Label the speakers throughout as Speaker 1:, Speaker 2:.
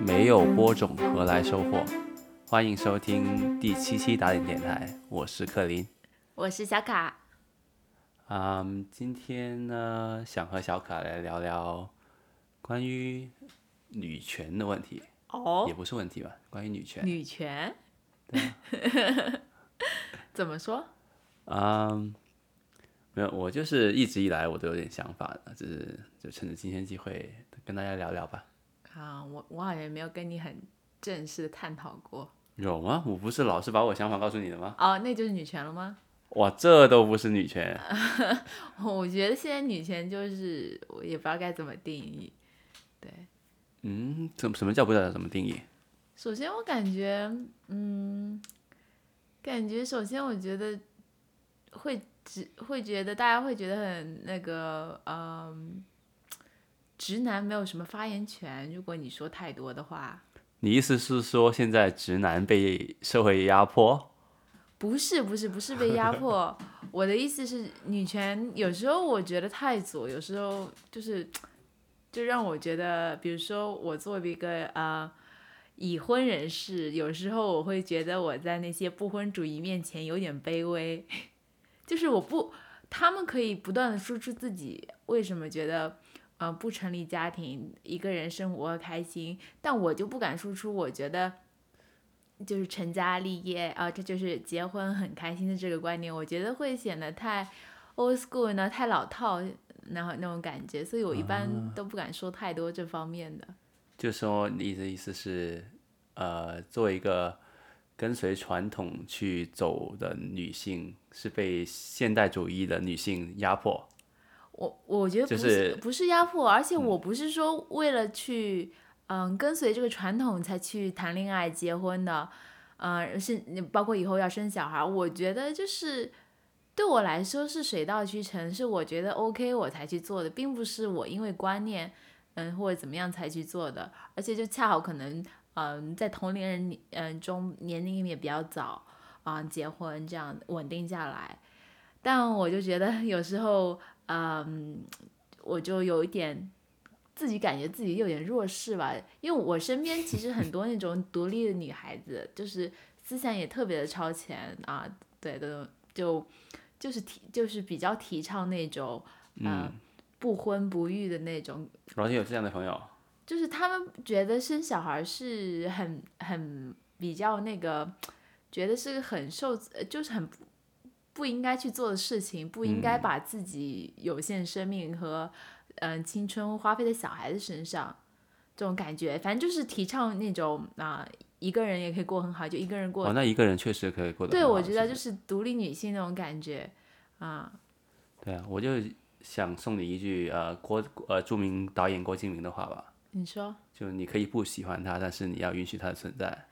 Speaker 1: 没有播种何来收获？欢迎收听第七期打点电台，我是克林。
Speaker 2: 我是小卡。
Speaker 1: 嗯，今天呢，想和小卡来聊聊关于女权的问题，
Speaker 2: 哦
Speaker 1: 也，不是问题吧，关于女权。
Speaker 2: 女权？啊 怎么说？
Speaker 1: 嗯，没有，我就是一直以来我都有点想法的，只是就趁着今天机会跟大家聊聊吧。
Speaker 2: 啊，我我好像也没有跟你很正式的探讨过。
Speaker 1: 有吗？我不是老是把我想法告诉你的吗？
Speaker 2: 哦，那就是女权了吗？
Speaker 1: 哇，这都不是女权。
Speaker 2: 我觉得现在女权就是我也不知道该怎么定义。对，
Speaker 1: 嗯，怎什么叫不知道怎么定义？
Speaker 2: 首先我感觉，嗯，感觉首先我觉得会只会觉得大家会觉得很那个，嗯，直男没有什么发言权。如果你说太多的话，
Speaker 1: 你意思是说现在直男被社会压迫？
Speaker 2: 不是不是不是被压迫， 我的意思是，女权有时候我觉得太左，有时候就是就让我觉得，比如说我作为一个呃已婚人士，有时候我会觉得我在那些不婚主义面前有点卑微， 就是我不，他们可以不断的说出自己为什么觉得。呃，不成立家庭，一个人生活开心，但我就不敢说出我觉得就是成家立业啊、这就是结婚很开心的这个观念，我觉得会显得太 old school 呢，太老套，然后那种感觉，所以我一般都不敢说太多这方面的。
Speaker 1: 就说你的意思是，呃，作为一个跟随传统去走的女性，是被现代主义的女性压迫。
Speaker 2: 我我觉得不、
Speaker 1: 就是是嗯
Speaker 2: 不是压迫，而且我不是说为了去嗯跟随这个传统才去谈恋爱结婚的，嗯是包括以后要生小孩，我觉得就是对我来说是水到渠成，是我觉得 OK 我才去做的，并不是我因为观念嗯或者怎么样才去做的，而且就恰好可能嗯在同龄人里嗯中年龄也比较早啊、结婚这样稳定下来，但我就觉得有时候。嗯，我就有一点自己感觉自己有点弱势吧，因为我身边其实很多那种独立的女孩子，就是思想也特别的超前啊，对的，就就是提就是比较提倡那种呃、不婚不育的那种，
Speaker 1: 老天有这样的朋友，
Speaker 2: 就是他们觉得生小孩是很很比较那个，觉得是个很受，呃就是很不不应该去做的事情，不应
Speaker 1: 嗯
Speaker 2: 该把自己有限生命和嗯、呃青春花费在小孩子身上，这种感觉，反正就是提倡那种啊、一个人也可以过很好，就一个人过。
Speaker 1: 哦，那一个人确实可以过得
Speaker 2: 对，
Speaker 1: 很好
Speaker 2: 我觉得
Speaker 1: 其
Speaker 2: 就
Speaker 1: 实
Speaker 2: 是独立女性那种感觉啊、
Speaker 1: 对啊，我就想送你一句呃郭呃著名导演郭敬明的话吧，
Speaker 2: 你说
Speaker 1: 就你可以不喜欢他，但是你要允许他的存在。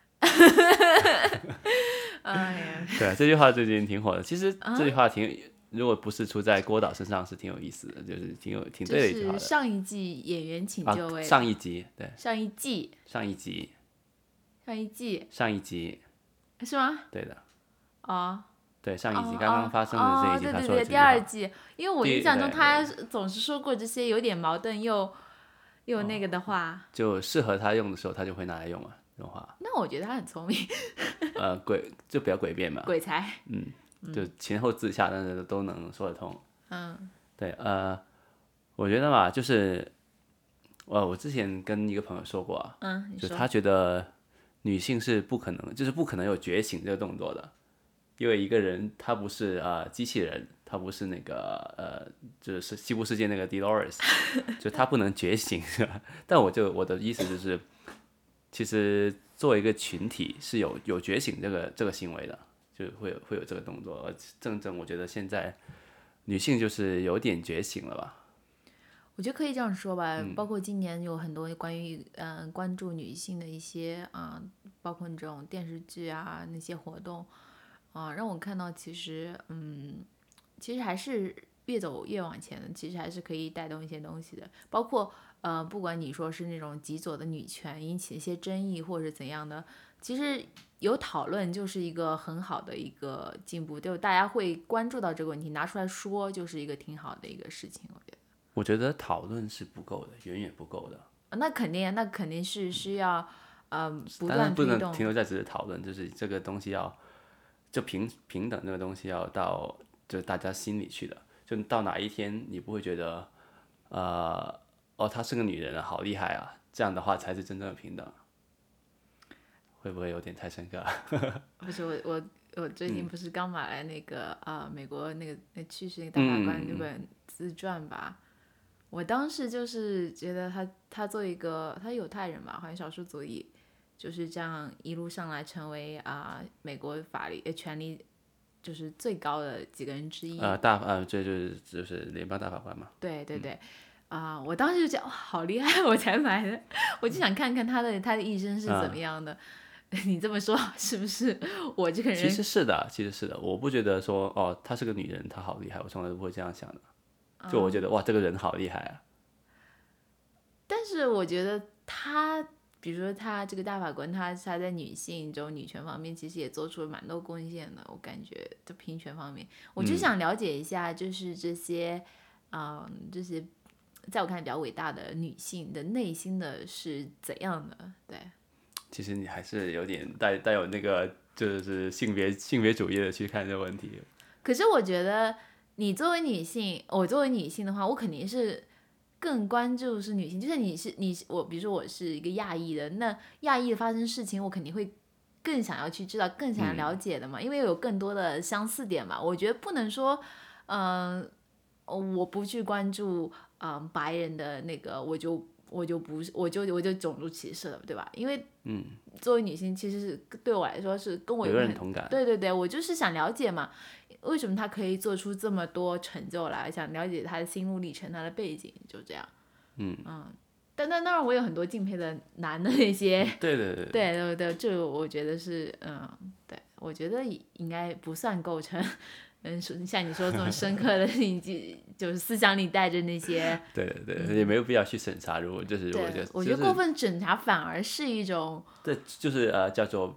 Speaker 2: 哎呀。
Speaker 1: 对啊，这句话最近挺火的。其实
Speaker 2: 啊
Speaker 1: 这句话挺，如果不是出在郭导身上，是挺有意思的，就是挺有挺
Speaker 2: 就
Speaker 1: 对的一句话
Speaker 2: 是
Speaker 1: 的。
Speaker 2: 上一季演员请就
Speaker 1: 啊，
Speaker 2: 位，
Speaker 1: 上一集对，
Speaker 2: 上一季，
Speaker 1: 上一集，
Speaker 2: 上一季
Speaker 1: 上一集，
Speaker 2: 是吗？
Speaker 1: 对的，
Speaker 2: 哦，
Speaker 1: 对，上一集
Speaker 2: 哦
Speaker 1: 刚刚发生的这一集，
Speaker 2: 哦、
Speaker 1: 他
Speaker 2: 对
Speaker 1: 说的这
Speaker 2: 对对，第
Speaker 1: 句话
Speaker 2: 二季，因为我
Speaker 1: 第
Speaker 2: 印象中
Speaker 1: 对
Speaker 2: 他总是说过这些有点矛盾又又
Speaker 1: 哦
Speaker 2: 那个的话，
Speaker 1: 就适合他用的时候，他就会拿来用嘛，这种话，
Speaker 2: 那我觉得他很 聪明，
Speaker 1: 呃，诡就比较诡辩嘛，
Speaker 2: 鬼才，
Speaker 1: 嗯，就前后自洽，但是都能说得通。
Speaker 2: 嗯
Speaker 1: 对，呃，我觉得嘛，就是，呃，我之前跟一个朋友说过啊，
Speaker 2: 嗯，你
Speaker 1: 就
Speaker 2: 说
Speaker 1: 他觉得女性是不可能，就是不可能有觉醒这个动作的，因为一个人他不是呃机器人，他不是那个呃就是西部世界那个 Dolores，就他不能觉醒。是吧但我就我的意思就是，其实作为一个群体是有有觉醒这个这个行为的，就会有会有这个动作。而正正我觉得现在女性就是有点觉醒了吧。
Speaker 2: 我觉得可以这样说吧，包括今年有很多关于嗯、呃关注女性的一些啊、呃包括这种电视剧啊那些活动啊、呃让我看到其实嗯，其实还是越走越往前的，其实还是可以带动一些东西的，包括呃，不管你说是那种极左的女权引起一些争议或者怎样的，其实有讨论就是一个很好的一个进步，就是大家会关注到这个问题，拿出来说，就是一个挺好的一个事情，我觉得。
Speaker 1: 我觉得讨论是不够的，远远不够的。
Speaker 2: 啊那肯定，那肯定是需要，呃，不
Speaker 1: 当然
Speaker 2: 断
Speaker 1: 不
Speaker 2: 推
Speaker 1: 能
Speaker 2: 动。
Speaker 1: 停留在只是讨论，就是这个东西要就平平等这个东西要到就是大家心里去的，就到哪一天你不会觉得，呃，哦，她是个女人啊，好厉害啊，这样的话才是真正的平等，会不会有点太深刻啊？
Speaker 2: 不是我我我最
Speaker 1: 嗯
Speaker 2: 近不是刚买了那个啊、呃美国那个那去世那个大法官
Speaker 1: 嗯嗯
Speaker 2: 那本自传吧，我当时就是觉得他他作为一个他犹太人吧，好像少数族裔，就是这样一路上来成为啊、美国法律呃权力就是最高的几个人之一，
Speaker 1: 呃，大呃，这就是就是联邦大法官嘛，
Speaker 2: 对对对。啊、我当时就觉得哇，好厉害，我才买的， 我就想看看他的他的一生是怎
Speaker 1: 啊
Speaker 2: 么样的。 你这么说是不是我这个人
Speaker 1: 其实是的，其实是的，我不觉得说哦，她是个女人，她好厉害，我从来都不会这样想的，就
Speaker 2: 哦
Speaker 1: 我觉得、哇，这个人好厉害啊，
Speaker 2: 但是我觉得他，比如说他这个大法官，他他在女性中女权方面其实也做出了蛮多贡献的，我感觉就平权方面，我
Speaker 1: 嗯
Speaker 2: 就想了解一下，就是这些，嗯、这些在我看来比较伟大的女性的内心的是怎样的？对，
Speaker 1: 其实你还是有点带带有那个就是性别性别主义的去看这个问题。
Speaker 2: 可是我觉得你作为女性，我作为女性的话，我肯定是更关注是女性，就是你是你是我，比如说我是一个亚裔的，那亚裔发生事情，我肯定会更想要去知道，更
Speaker 1: 嗯
Speaker 2: 想要了解的嘛，因为有更多的相似点嘛。我觉得不能说，嗯、呃我不去关注，嗯、白人的那个，我就我就不是，我就我就种族歧视了，对吧？因为
Speaker 1: 嗯，
Speaker 2: 作为女性，其实是对我来说是跟我
Speaker 1: 有
Speaker 2: 有
Speaker 1: 个
Speaker 2: 很
Speaker 1: 认同感，
Speaker 2: 对对对，我就是想了解嘛，为什么他可以做出这么多成就来？想了解他的心路历程、他的背景，就这样。
Speaker 1: 嗯
Speaker 2: 但但当然，我有很多敬佩的男的那些，
Speaker 1: 对对对对
Speaker 2: 对对对，这个我觉得是，嗯，对，我觉得应该不算构成，嗯，说像你说这种深刻的， 你就就是思想里带着那些，
Speaker 1: 对对对也没有必要去审查。如果就是如果就
Speaker 2: 嗯对
Speaker 1: 是，
Speaker 2: 我
Speaker 1: 就
Speaker 2: 觉
Speaker 1: 是
Speaker 2: 得过分审查反而是一种，
Speaker 1: 对就是呃叫做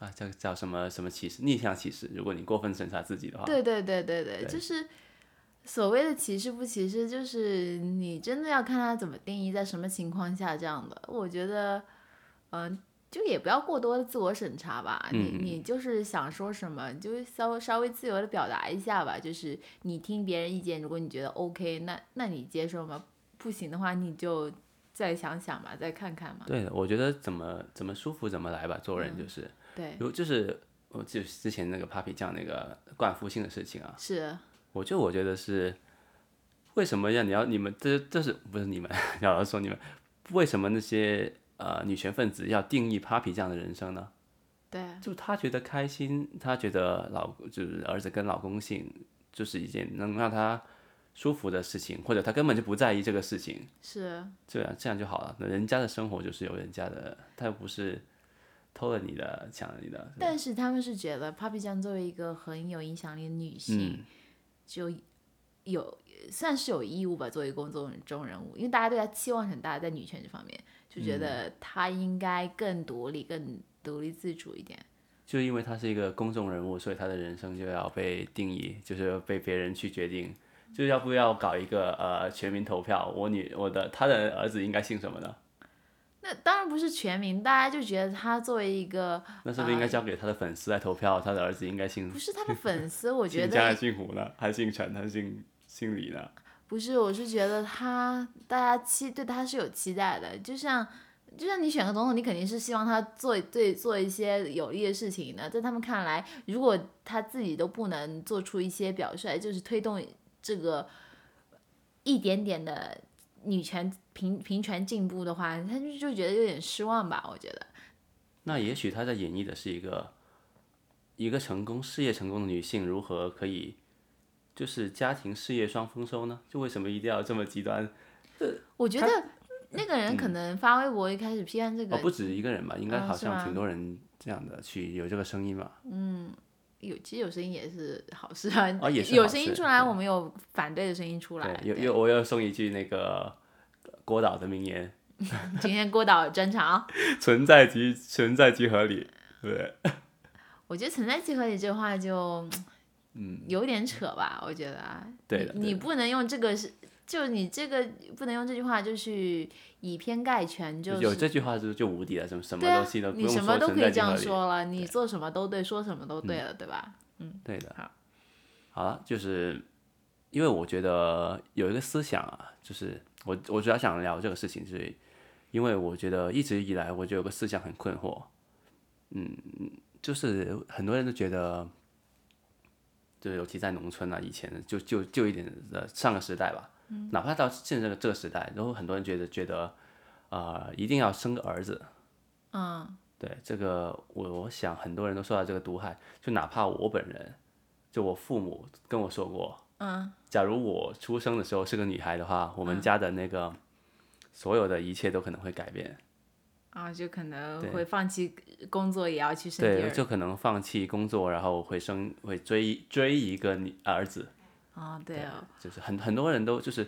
Speaker 1: 啊叫叫什么什么歧视逆向歧视。如果你过分审查自己的话，
Speaker 2: 对对对对对，
Speaker 1: 对
Speaker 2: 就是所谓的歧视不歧视，就是你真的要看他怎么定义，在什么情况下这样的。我觉得，嗯、就也不要过多的自我审查吧。你
Speaker 1: 嗯嗯
Speaker 2: 你就是想说什么，就稍微稍微自由的表达一下吧。就是你听别人意见，如果你觉得 OK，那那你接受吗？不行的话，你就再想想嘛，再看看嘛。
Speaker 1: 对的，我觉得怎么怎么舒服怎么来吧，做人
Speaker 2: 嗯
Speaker 1: 就是，
Speaker 2: 对，
Speaker 1: 如就是我就之前那个 Papi 酱那个灌夫性的事情啊，
Speaker 2: 是
Speaker 1: 我就我觉得是，为什么要你要你们这这是不是你们 要老实说你们为什么那些呃女权分子要定义 Papi 这样的人生呢？
Speaker 2: 对。
Speaker 1: 就她觉得开心，她觉得老就是儿子跟老公姓就是一件能让她舒服的事情，或者她根本就不在意这个事情，
Speaker 2: 是，
Speaker 1: 这样这样就好了。人家的生活就是有人家的，她又不是偷了你的抢了你的，
Speaker 2: 但是他们是觉得 Papi 酱作为一个很有影响力的女性，
Speaker 1: 嗯，
Speaker 2: 就有算是有义务吧，作为公众中人物，因为大家对他期望很大，在女权这方面就觉得他应该更独立、更独立自主一点。
Speaker 1: 就因为他是一个公众人物，所以他的人生就要被定义，就是被别人去决定，就是要不要搞一个呃全民投票，我女我的他的儿子应该姓什么呢？
Speaker 2: 那当然不是全民，大家就觉得他作为一个
Speaker 1: 那是不是应该交给他的粉丝来投票？他的儿子应该姓
Speaker 2: 不是他的粉丝，我 觉
Speaker 1: 姓江还
Speaker 2: 得
Speaker 1: 是姓胡呢？还是姓陈？还是姓姓李呢？
Speaker 2: 不是，我是觉得他大家期对他是有期待的，就像就像你选个总统，你肯定是希望他做对做一些有利的事情的。在他们看来，如果他自己都不能做出一些表率，就是推动这个一点点的女权平平权进步的话，他就就觉得有点失望吧。我觉得，
Speaker 1: 那也许他在演绎的是一个一个成功事业成功的女性如何可以就是家庭事业双丰收呢？就为什么一定要这么极端？
Speaker 2: 我觉得那个人可能发微博一开始批判这个
Speaker 1: 嗯哦，不止一个人吧，应该
Speaker 2: 啊
Speaker 1: 好
Speaker 2: 是
Speaker 1: 像
Speaker 2: 吗
Speaker 1: 挺多人这样的去有这个声音吧。
Speaker 2: 有其实有声音也是好事啊，
Speaker 1: 哦也是
Speaker 2: 有
Speaker 1: 好
Speaker 2: 声音
Speaker 1: 事
Speaker 2: 出来，
Speaker 1: 对
Speaker 2: 我们有反对的声音出来，
Speaker 1: 对，又
Speaker 2: 对
Speaker 1: 又我又送一句那个呃郭导的名言：
Speaker 2: 今天郭导专场，
Speaker 1: 存在即存在即合理，对不对？
Speaker 2: 我觉得存在即合理这话就
Speaker 1: 嗯，
Speaker 2: 有点扯吧，我觉得啊。
Speaker 1: 对的，
Speaker 2: 你
Speaker 1: 对的
Speaker 2: 不能用这个是，就你这个不能用这句话，就去以偏概全，就是
Speaker 1: 有这句话就就无敌了，什么什么
Speaker 2: 对啊
Speaker 1: 东西都，不
Speaker 2: 你
Speaker 1: 用
Speaker 2: 什么
Speaker 1: 说
Speaker 2: 都
Speaker 1: 存
Speaker 2: 可
Speaker 1: 在
Speaker 2: 以这
Speaker 1: 即合
Speaker 2: 样
Speaker 1: 理，嗯
Speaker 2: 说了，你做什么都对，说什么都对了，对吧？
Speaker 1: 对的。
Speaker 2: 好，
Speaker 1: 好了，就是因为我觉得有一个思想啊，就是我我主要想聊这个事情，是因为我觉得一直以来我就有个思想很困惑，嗯，就是很多人都觉得，就尤其在农村啊，以前就就就一点的上个时代吧，哪怕到现在这个这个时代，然后很多人觉得觉得，呃，一定要生个儿子，
Speaker 2: 嗯，
Speaker 1: 对这个，我我想很多人都受到这个毒害，就哪怕我本人，就我父母跟我说过，嗯，假如我出生的时候是个女孩的话，我
Speaker 2: 嗯
Speaker 1: 们家的那个所有的一切都可能会改变，
Speaker 2: 啊，就可能
Speaker 1: 对
Speaker 2: 会放弃工作，也要去生第
Speaker 1: 对，
Speaker 2: 二
Speaker 1: 就可能放弃工作，然后会生会追追一个女儿子，
Speaker 2: 啊，对哦，
Speaker 1: 就是很很多人都就是，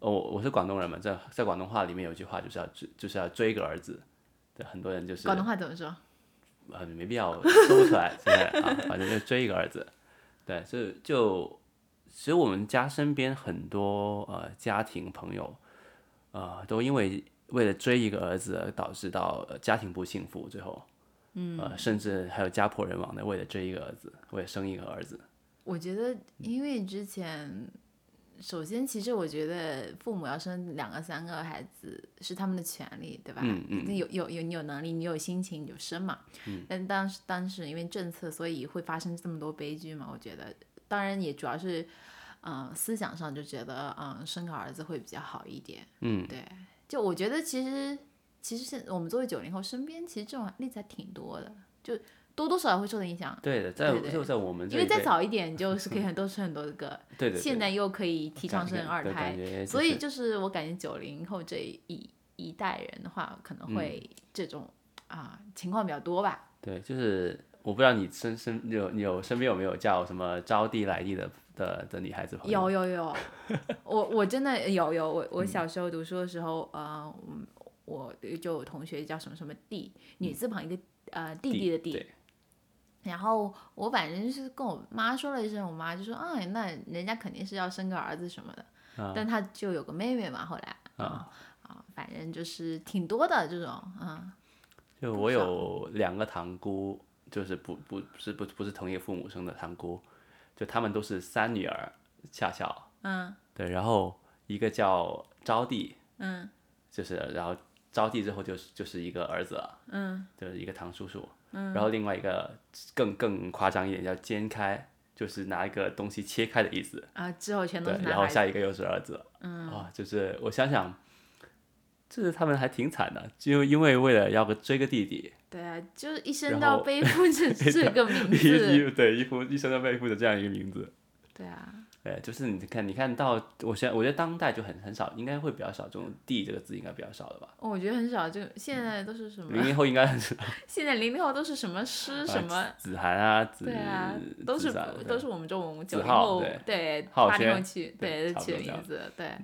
Speaker 1: 哦，我我是广东人嘛，在在广东话里面有一句话就是要追就是要追一个儿子，对，很多人就是
Speaker 2: 广东话怎么说？
Speaker 1: 呃，没必要说不出来，现在啊，反正就追一个儿子。对，就就其实我们家身边很多呃家庭朋友，呃，都因为为了追一个儿子而导致到、呃、家庭不幸福，最后，嗯，呃，甚至还有家破人亡的，为了追一个儿子，为了生一个儿子，
Speaker 2: 我觉得，因为之前，首先，其实我觉得父母要生两个、三个孩子是他们的权利，对吧？
Speaker 1: 嗯嗯
Speaker 2: 那有有有，你有能力，你有心情，你就生嘛。但当时当时因为政策，所以会发生这么多悲剧嘛。我觉得，当然也主要是，嗯、思想上就觉得，嗯、生个儿子会比较好一点。
Speaker 1: 嗯，
Speaker 2: 对。就我觉得，其实其实现我们作为九零后，身边其实这种例子还挺多的，就多多少少会受到影响。
Speaker 1: 对的，在
Speaker 2: 对对
Speaker 1: 就在我们这
Speaker 2: 因
Speaker 1: 一
Speaker 2: 为再
Speaker 1: 辈，
Speaker 2: 早一点就是可以很多生很多个，
Speaker 1: 对对对，
Speaker 2: 现在又可以提倡
Speaker 1: 感
Speaker 2: 生
Speaker 1: 觉
Speaker 2: 二
Speaker 1: 对
Speaker 2: 胎
Speaker 1: 感，觉就
Speaker 2: 所以
Speaker 1: 是
Speaker 2: 就是我感觉九零后这一一代人的话，可能会这种啊、情况比较多吧。
Speaker 1: 对，就是我不知道你身身你有你有身边有没有叫什么招弟来弟的的的女孩子朋友？
Speaker 2: 有有有，我我真的有有我我小时候读书的时候，呃，嗯我就有同学叫什么什么弟，女字旁一个呃弟弟的弟，
Speaker 1: 对
Speaker 2: 然后我反正是跟我妈说了一声，我妈就说，啊，那人家肯定是要生个儿子什么的，
Speaker 1: 啊
Speaker 2: 但她就有个妹妹嘛，后来啊啊，反正就是挺多的这种，嗯，
Speaker 1: 就
Speaker 2: 不
Speaker 1: 我
Speaker 2: 少
Speaker 1: 有两个堂姑，就是不不不是不不是同一个父母生的堂姑，就他们都是三女儿恰巧，嗯，对，然后一个叫招娣，嗯，就是然后招娣之后就是就是一个儿子了，嗯，就是一个堂叔叔，嗯，然后另外一个更更夸张一点叫煎开，就是拿一个东西切开的意思，
Speaker 2: 啊，之后全都
Speaker 1: 对
Speaker 2: 是，男
Speaker 1: 然后
Speaker 2: 孩子，
Speaker 1: 下一个又是儿子，嗯，啊，就是我想想，就是他们还挺惨的，就因为为了要个追个弟弟。
Speaker 2: 对啊，就是一生
Speaker 1: 然
Speaker 2: 都要
Speaker 1: 后
Speaker 2: 背负 着这个 名
Speaker 1: 一
Speaker 2: 字，
Speaker 1: 一对一副一生都背负着这样一个名字。
Speaker 2: 对啊，
Speaker 1: 对，就是你看，你看到我现在，我觉得当代就很很少，应该会比较少这种“地”这个字，应该比较少了吧？
Speaker 2: 我觉得很少，就现在都是什么
Speaker 1: 零零后应该很少，
Speaker 2: 现在零零后都是什么诗什么？
Speaker 1: 子涵啊，子
Speaker 2: 对啊，都是
Speaker 1: 子涵对
Speaker 2: 都是我们这种九
Speaker 1: 子
Speaker 2: 零
Speaker 1: 浩
Speaker 2: 后
Speaker 1: 对
Speaker 2: 对
Speaker 1: 浩
Speaker 2: 八零后
Speaker 1: 轩
Speaker 2: 取
Speaker 1: 对差不
Speaker 2: 取
Speaker 1: 多这
Speaker 2: 的名
Speaker 1: 样嗯
Speaker 2: 字，对，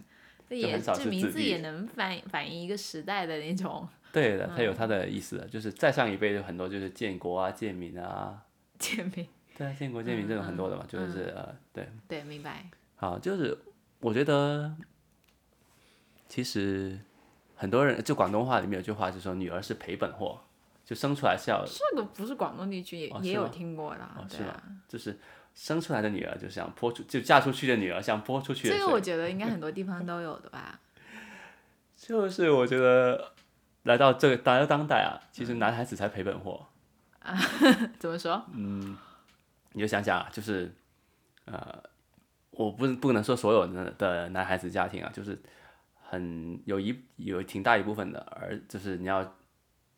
Speaker 2: 这
Speaker 1: 就
Speaker 2: 也
Speaker 1: 很少
Speaker 2: 这
Speaker 1: 是
Speaker 2: 名
Speaker 1: 子
Speaker 2: 字
Speaker 1: 弟
Speaker 2: 也能反反映一个时代的那种
Speaker 1: 对的，
Speaker 2: 嗯
Speaker 1: 它有它的意思的，就是再上一辈就很多就是建国啊、建民啊，
Speaker 2: 见面。
Speaker 1: 对啊，建国建民这种很多的嘛，
Speaker 2: 嗯
Speaker 1: 就是呃，对，
Speaker 2: 对，明白。
Speaker 1: 好，就是我觉得其实很多人就广东话里面有句话是说“女儿是赔本货”，就生出来是要
Speaker 2: 这个不是广东地区也
Speaker 1: 哦
Speaker 2: 也
Speaker 1: 是
Speaker 2: 有
Speaker 1: 吗
Speaker 2: 听过的
Speaker 1: 哦，，
Speaker 2: 对
Speaker 1: 是吗
Speaker 2: 啊。
Speaker 1: 就是生出来的女儿就像泼出，就嫁出去的女儿像泼出去的
Speaker 2: 这
Speaker 1: 水。
Speaker 2: 个我觉得应该很多地方都有的吧。
Speaker 1: 就是我觉得来到这个来到当代
Speaker 2: 嗯
Speaker 1: 啊，其实男孩子才赔本货。
Speaker 2: 怎么 说？
Speaker 1: 你就想想啊，就是呃，我不不能说所有的的男孩子家庭啊，就是很有一有挺大一部分的儿，就是你要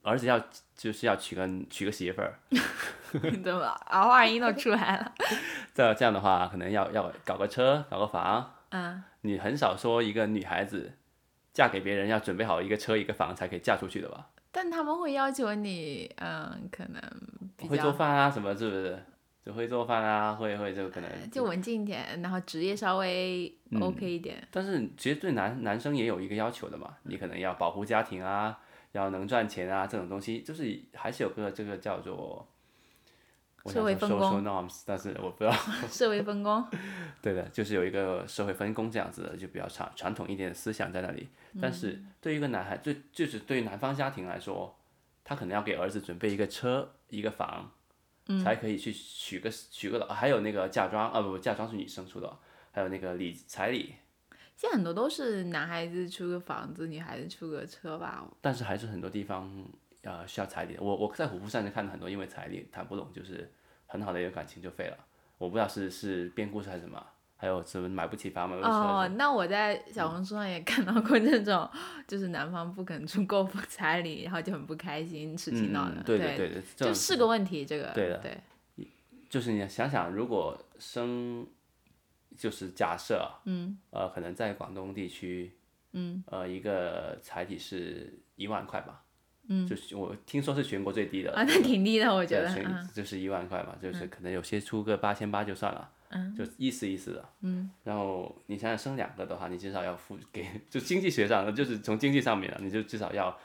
Speaker 1: 儿子要就是要娶个娶个媳妇儿，
Speaker 2: 怎么嗷二音都出来 了？
Speaker 1: 这这样的话可能要要搞个车，搞个房，
Speaker 2: 嗯，
Speaker 1: 你很少说一个女孩子嫁给别人要准备好一个车一个房才可以嫁出去的吧？
Speaker 2: 但他们会要求你，嗯，可能比
Speaker 1: 会
Speaker 2: 较
Speaker 1: 做饭啊什么是不是？就会做饭啊，会会就可能
Speaker 2: 就文静一点，然后职业稍微
Speaker 1: 嗯
Speaker 2: OK 一点。
Speaker 1: 但是其实对男男生也有一个要求的嘛，你可能要保护家庭啊，要能赚钱啊，这种东西就是还是有个这个叫做，我
Speaker 2: 社
Speaker 1: 想
Speaker 2: 会
Speaker 1: 说
Speaker 2: 分工
Speaker 1: social norms，但是我不知道，
Speaker 2: 社会分工，
Speaker 1: 对的，就是有一个社会分工这样子的，就比较传传统一点的思想在那里。但是
Speaker 2: 嗯
Speaker 1: 对于一个男孩，就就是对于男方家庭来说，他可能要给儿子准备一个车、一个房，
Speaker 2: 嗯
Speaker 1: 才可以去娶个娶个老，还有那个嫁妆啊，不，嫁妆是女生出的，还有那个礼彩礼。
Speaker 2: 现在很多都是男孩子出个房子，女孩子出个车吧。
Speaker 1: 但是还是很多地方呃需要彩礼的。我我在虎扑上就看到很多因为彩礼谈不拢，就是很好的一个感情就废了。我不知道是是编故事还是什么，还有什么买不起房买不起车。嗯
Speaker 2: 哦，那我在小红书上也看到过这种，就是男方不肯出够彩礼，然后就很不开心，事情闹的。
Speaker 1: 嗯，对
Speaker 2: 对
Speaker 1: 对对，这
Speaker 2: 就
Speaker 1: 种
Speaker 2: 是个问题，这个
Speaker 1: 对的
Speaker 2: 对，
Speaker 1: 就是你想想，如果生就是假设，嗯，呃，可能在广东地区，嗯，呃，一个彩礼是一万块吧，嗯，就是我听说是全国最低的
Speaker 2: 啊，那挺低的，我觉
Speaker 1: 呃对，
Speaker 2: 得。
Speaker 1: 所以
Speaker 2: 嗯
Speaker 1: 就是一万块嘛，就是可能有些出个八千八就算了，就意思意思的，嗯，然后你想想生两个的话，你至少要付给，就经济学上就是从经济上面了，你就至少要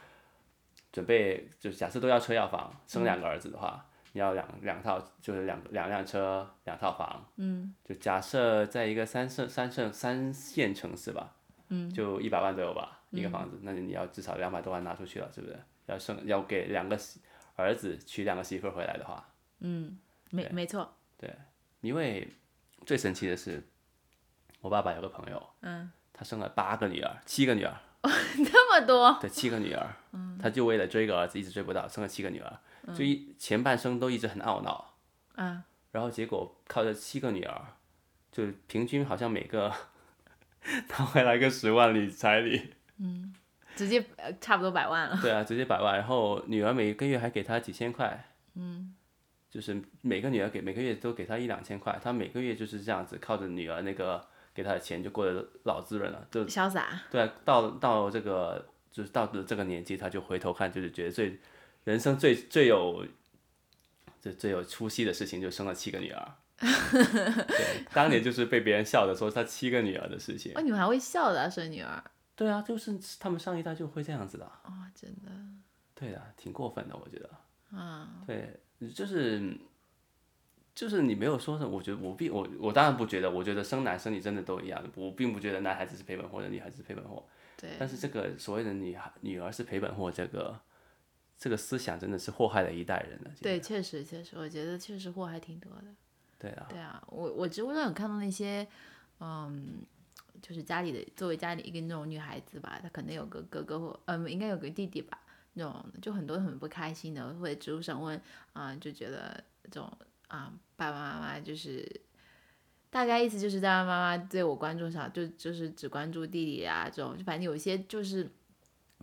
Speaker 1: 准备，就假设都要车要房，生两个儿子的话，你要两两套就是两两辆车两套房，嗯，就假设在一个三省三省三线城市吧，嗯，就一百万左右吧，
Speaker 2: 嗯
Speaker 1: 一个房子，那你要至少两百多万拿出去了，是不是？要生要给两个儿子娶两个媳妇儿回来的话，
Speaker 2: 没没错，
Speaker 1: 因为最神奇的是，我爸爸有个朋友，嗯，他生了八个女儿，七个女儿，
Speaker 2: 这么多，
Speaker 1: 对，七个女儿，他就为了追个儿子一直追不到，生了七个女儿，就一前半生都一直很懊恼，
Speaker 2: 嗯，
Speaker 1: 然后结果靠着七个女儿，就平均好像每个 他会来个十万理彩礼，
Speaker 2: 直接呃差不多百万了。
Speaker 1: 对啊，直接百万，然后女儿每个月还给他几千块，嗯，就是每个女儿给每个月都给他一两千块，他每个月就是这样子靠着女儿那个给他的钱就过得老滋润了，就
Speaker 2: 潇洒，
Speaker 1: 对啊，到到这个就是到了这个年纪，他就回头看，就是觉得最人生最最有最最有出息的事情，就生了七个女儿。对，当年就是被别人笑着说他七个女儿的事情。
Speaker 2: 哦，你们还会笑的、啊，生女儿
Speaker 1: 对啊，就是他们上一代就会这样子的。
Speaker 2: 哦，真的，嗯
Speaker 1: 对的，挺过分的，我觉得。啊。对，就是就是你没有说什么，我觉得我并我我当然不觉得，我觉得生男生女真的都一样，我并不觉得男孩子是赔本货，或者女孩子是赔本货。
Speaker 2: 对，
Speaker 1: 但是这个所谓的女孩女儿是赔本货，这个这个思想真的是祸害了一代人了。
Speaker 2: 对，确实确实，我觉得确实祸还挺多的。
Speaker 1: 对啊，
Speaker 2: 对啊，我我知乎上有看到那些，嗯，就是家里的作为家里一个那种女孩子吧，她可能有个哥哥或嗯，应该有个弟弟吧，那种就很多很不开心的，或者知乎上问啊、就觉得这种啊、爸爸妈妈就是。大概意思就是爸爸妈妈对我关注上，就就是只关注弟弟啊这种，就反正有些就是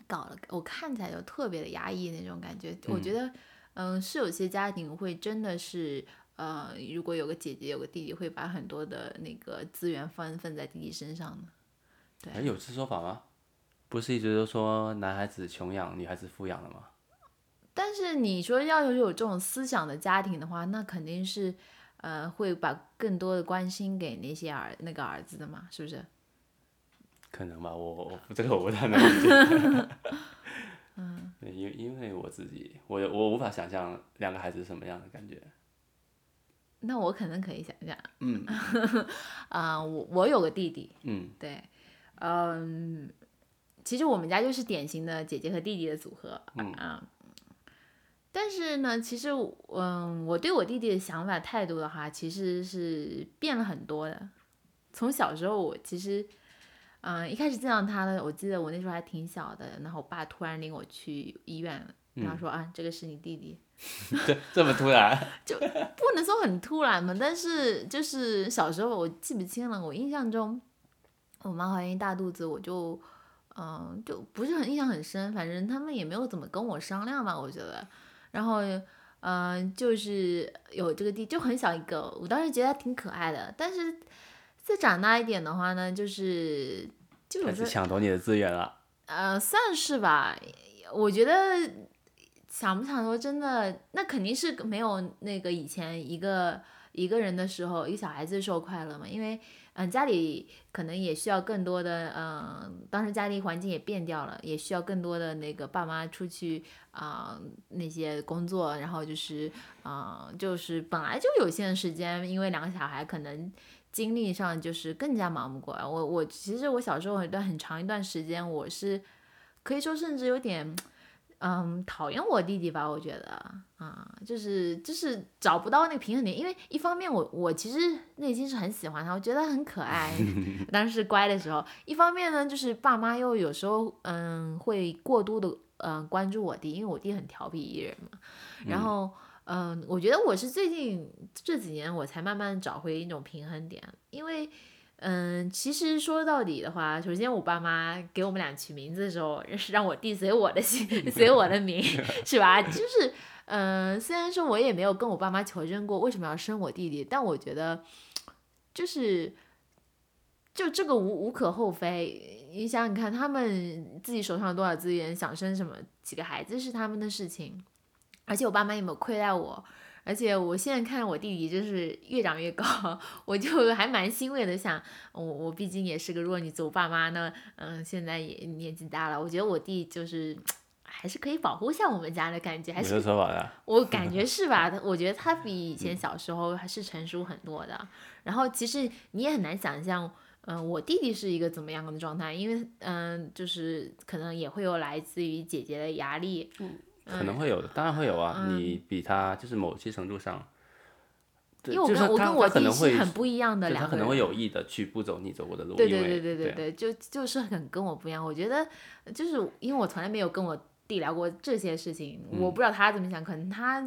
Speaker 2: 搞了，我看起来就特别的压抑那种感觉。我觉得，嗯，是有些家庭会真的是呃，如果有个姐姐有个弟弟，会把很多的那个资源分分在弟弟身上的。对
Speaker 1: 哎，有这说法吗？不是一直都说男孩子穷养，女孩子富养的吗？
Speaker 2: 但是你说要是有这种思想的家庭的话，那肯定是呃会把更多的关心给那些儿那个儿子的嘛，是不是？
Speaker 1: 可能吧，我我这个我不 太能理解。 嗯，因因为我自己，我我无法想象两个孩子是什么样的感觉。
Speaker 2: 那我可能可以想象，嗯， 啊、我我有个弟弟，
Speaker 1: 嗯，
Speaker 2: 对，嗯，其实我们家就是典型的姐姐和弟弟的组合，嗯但是呢，其实我嗯，我对我弟弟的想法态度的话，其实是变了很多的。从小时候，我其实，嗯，一开始见到他呢，我记得我那时候还挺小的，然后我爸突然领我去医院，然后说、啊，这个是你弟弟，嗯
Speaker 1: 这 这么突然，
Speaker 2: 不能说很突然吧，但是就是小时候我记不清了，我印象中我妈怀孕大肚子，我就嗯、就不是很印象很深，反正他们也没有怎么跟我商量吧，我觉得。然后嗯、就是有这个弟就很小一个，我当时觉得他挺可爱的，但是再长大一点的话呢，就是就有
Speaker 1: 开
Speaker 2: 时候
Speaker 1: 始抢夺你的资源了。
Speaker 2: 呃，算是吧。我觉得想不想说真的，那肯定是没有那个以前一个一个人的时候，一个小孩子的时候快乐嘛，因为嗯家里可能也需要更多的嗯，当时家里环境也变掉了，也需要更多的那个爸妈出去啊、那些工作，然后就是啊、就是本来就有限的时间，因为两个小孩可能。精力上就是更加忙不过来。我我其实我小时候有一段很长一段时间，我是可以说甚至有点，嗯，讨厌我弟弟吧，我觉得啊、就是就是找不到那个平衡点，因为一方面我我其实内心是很喜欢他，我觉得他很可爱，当时乖的时候；一方面呢，就是爸妈又有时候嗯会过度的嗯关注我弟，因为我弟很调皮艺人嘛，然后。嗯，我觉得我是最近这几年我才慢慢找回一种平衡点，因为，嗯，其实说到底的话，首先我爸妈给我们俩取名字的时候，是让我弟随我的姓，随我的名， 是吧？就是，嗯，虽然说我也没有跟我爸妈求证过为什么要生我弟弟，但我觉得，就是。就这个无无可厚非，你想想看，他们自己手上有多少资源，想生什么几个孩子是他们的事情，而且我爸妈也没有亏待我，而且我现在看我弟弟就是越长越高， 我就还蛮欣慰的想，我我毕竟也是个弱女子，我爸妈呢，嗯，现在也年纪大了，我觉得我弟就是。还是可以保护一下我们家的感觉，还
Speaker 1: 有
Speaker 2: 是
Speaker 1: 这说法的，
Speaker 2: 我 感觉是吧？他我觉得他比以
Speaker 1: 嗯
Speaker 2: 前小时候还是成熟很多的。然后其实你也很难想象，嗯、我弟弟是一个怎么样的状态，因为嗯、就是可能也会有来自于姐姐的压力，嗯
Speaker 1: 可能会有的，当然会有啊。你比他就是某些程度上，对
Speaker 2: 因为我
Speaker 1: 就
Speaker 2: 跟、
Speaker 1: 是
Speaker 2: 我
Speaker 1: 他
Speaker 2: 跟我
Speaker 1: 他可
Speaker 2: 弟
Speaker 1: 能会
Speaker 2: 是很不一样的
Speaker 1: 对
Speaker 2: 两
Speaker 1: 他
Speaker 2: 个
Speaker 1: 可
Speaker 2: 人
Speaker 1: 能。会有意的去不走你走过的路，
Speaker 2: 对
Speaker 1: 因
Speaker 2: 对
Speaker 1: 为
Speaker 2: 对对对对，就就是很跟我不一样。我觉得就是因为我从来没有跟我弟聊过这些事情，我
Speaker 1: 嗯
Speaker 2: 不知道他怎么想，可能他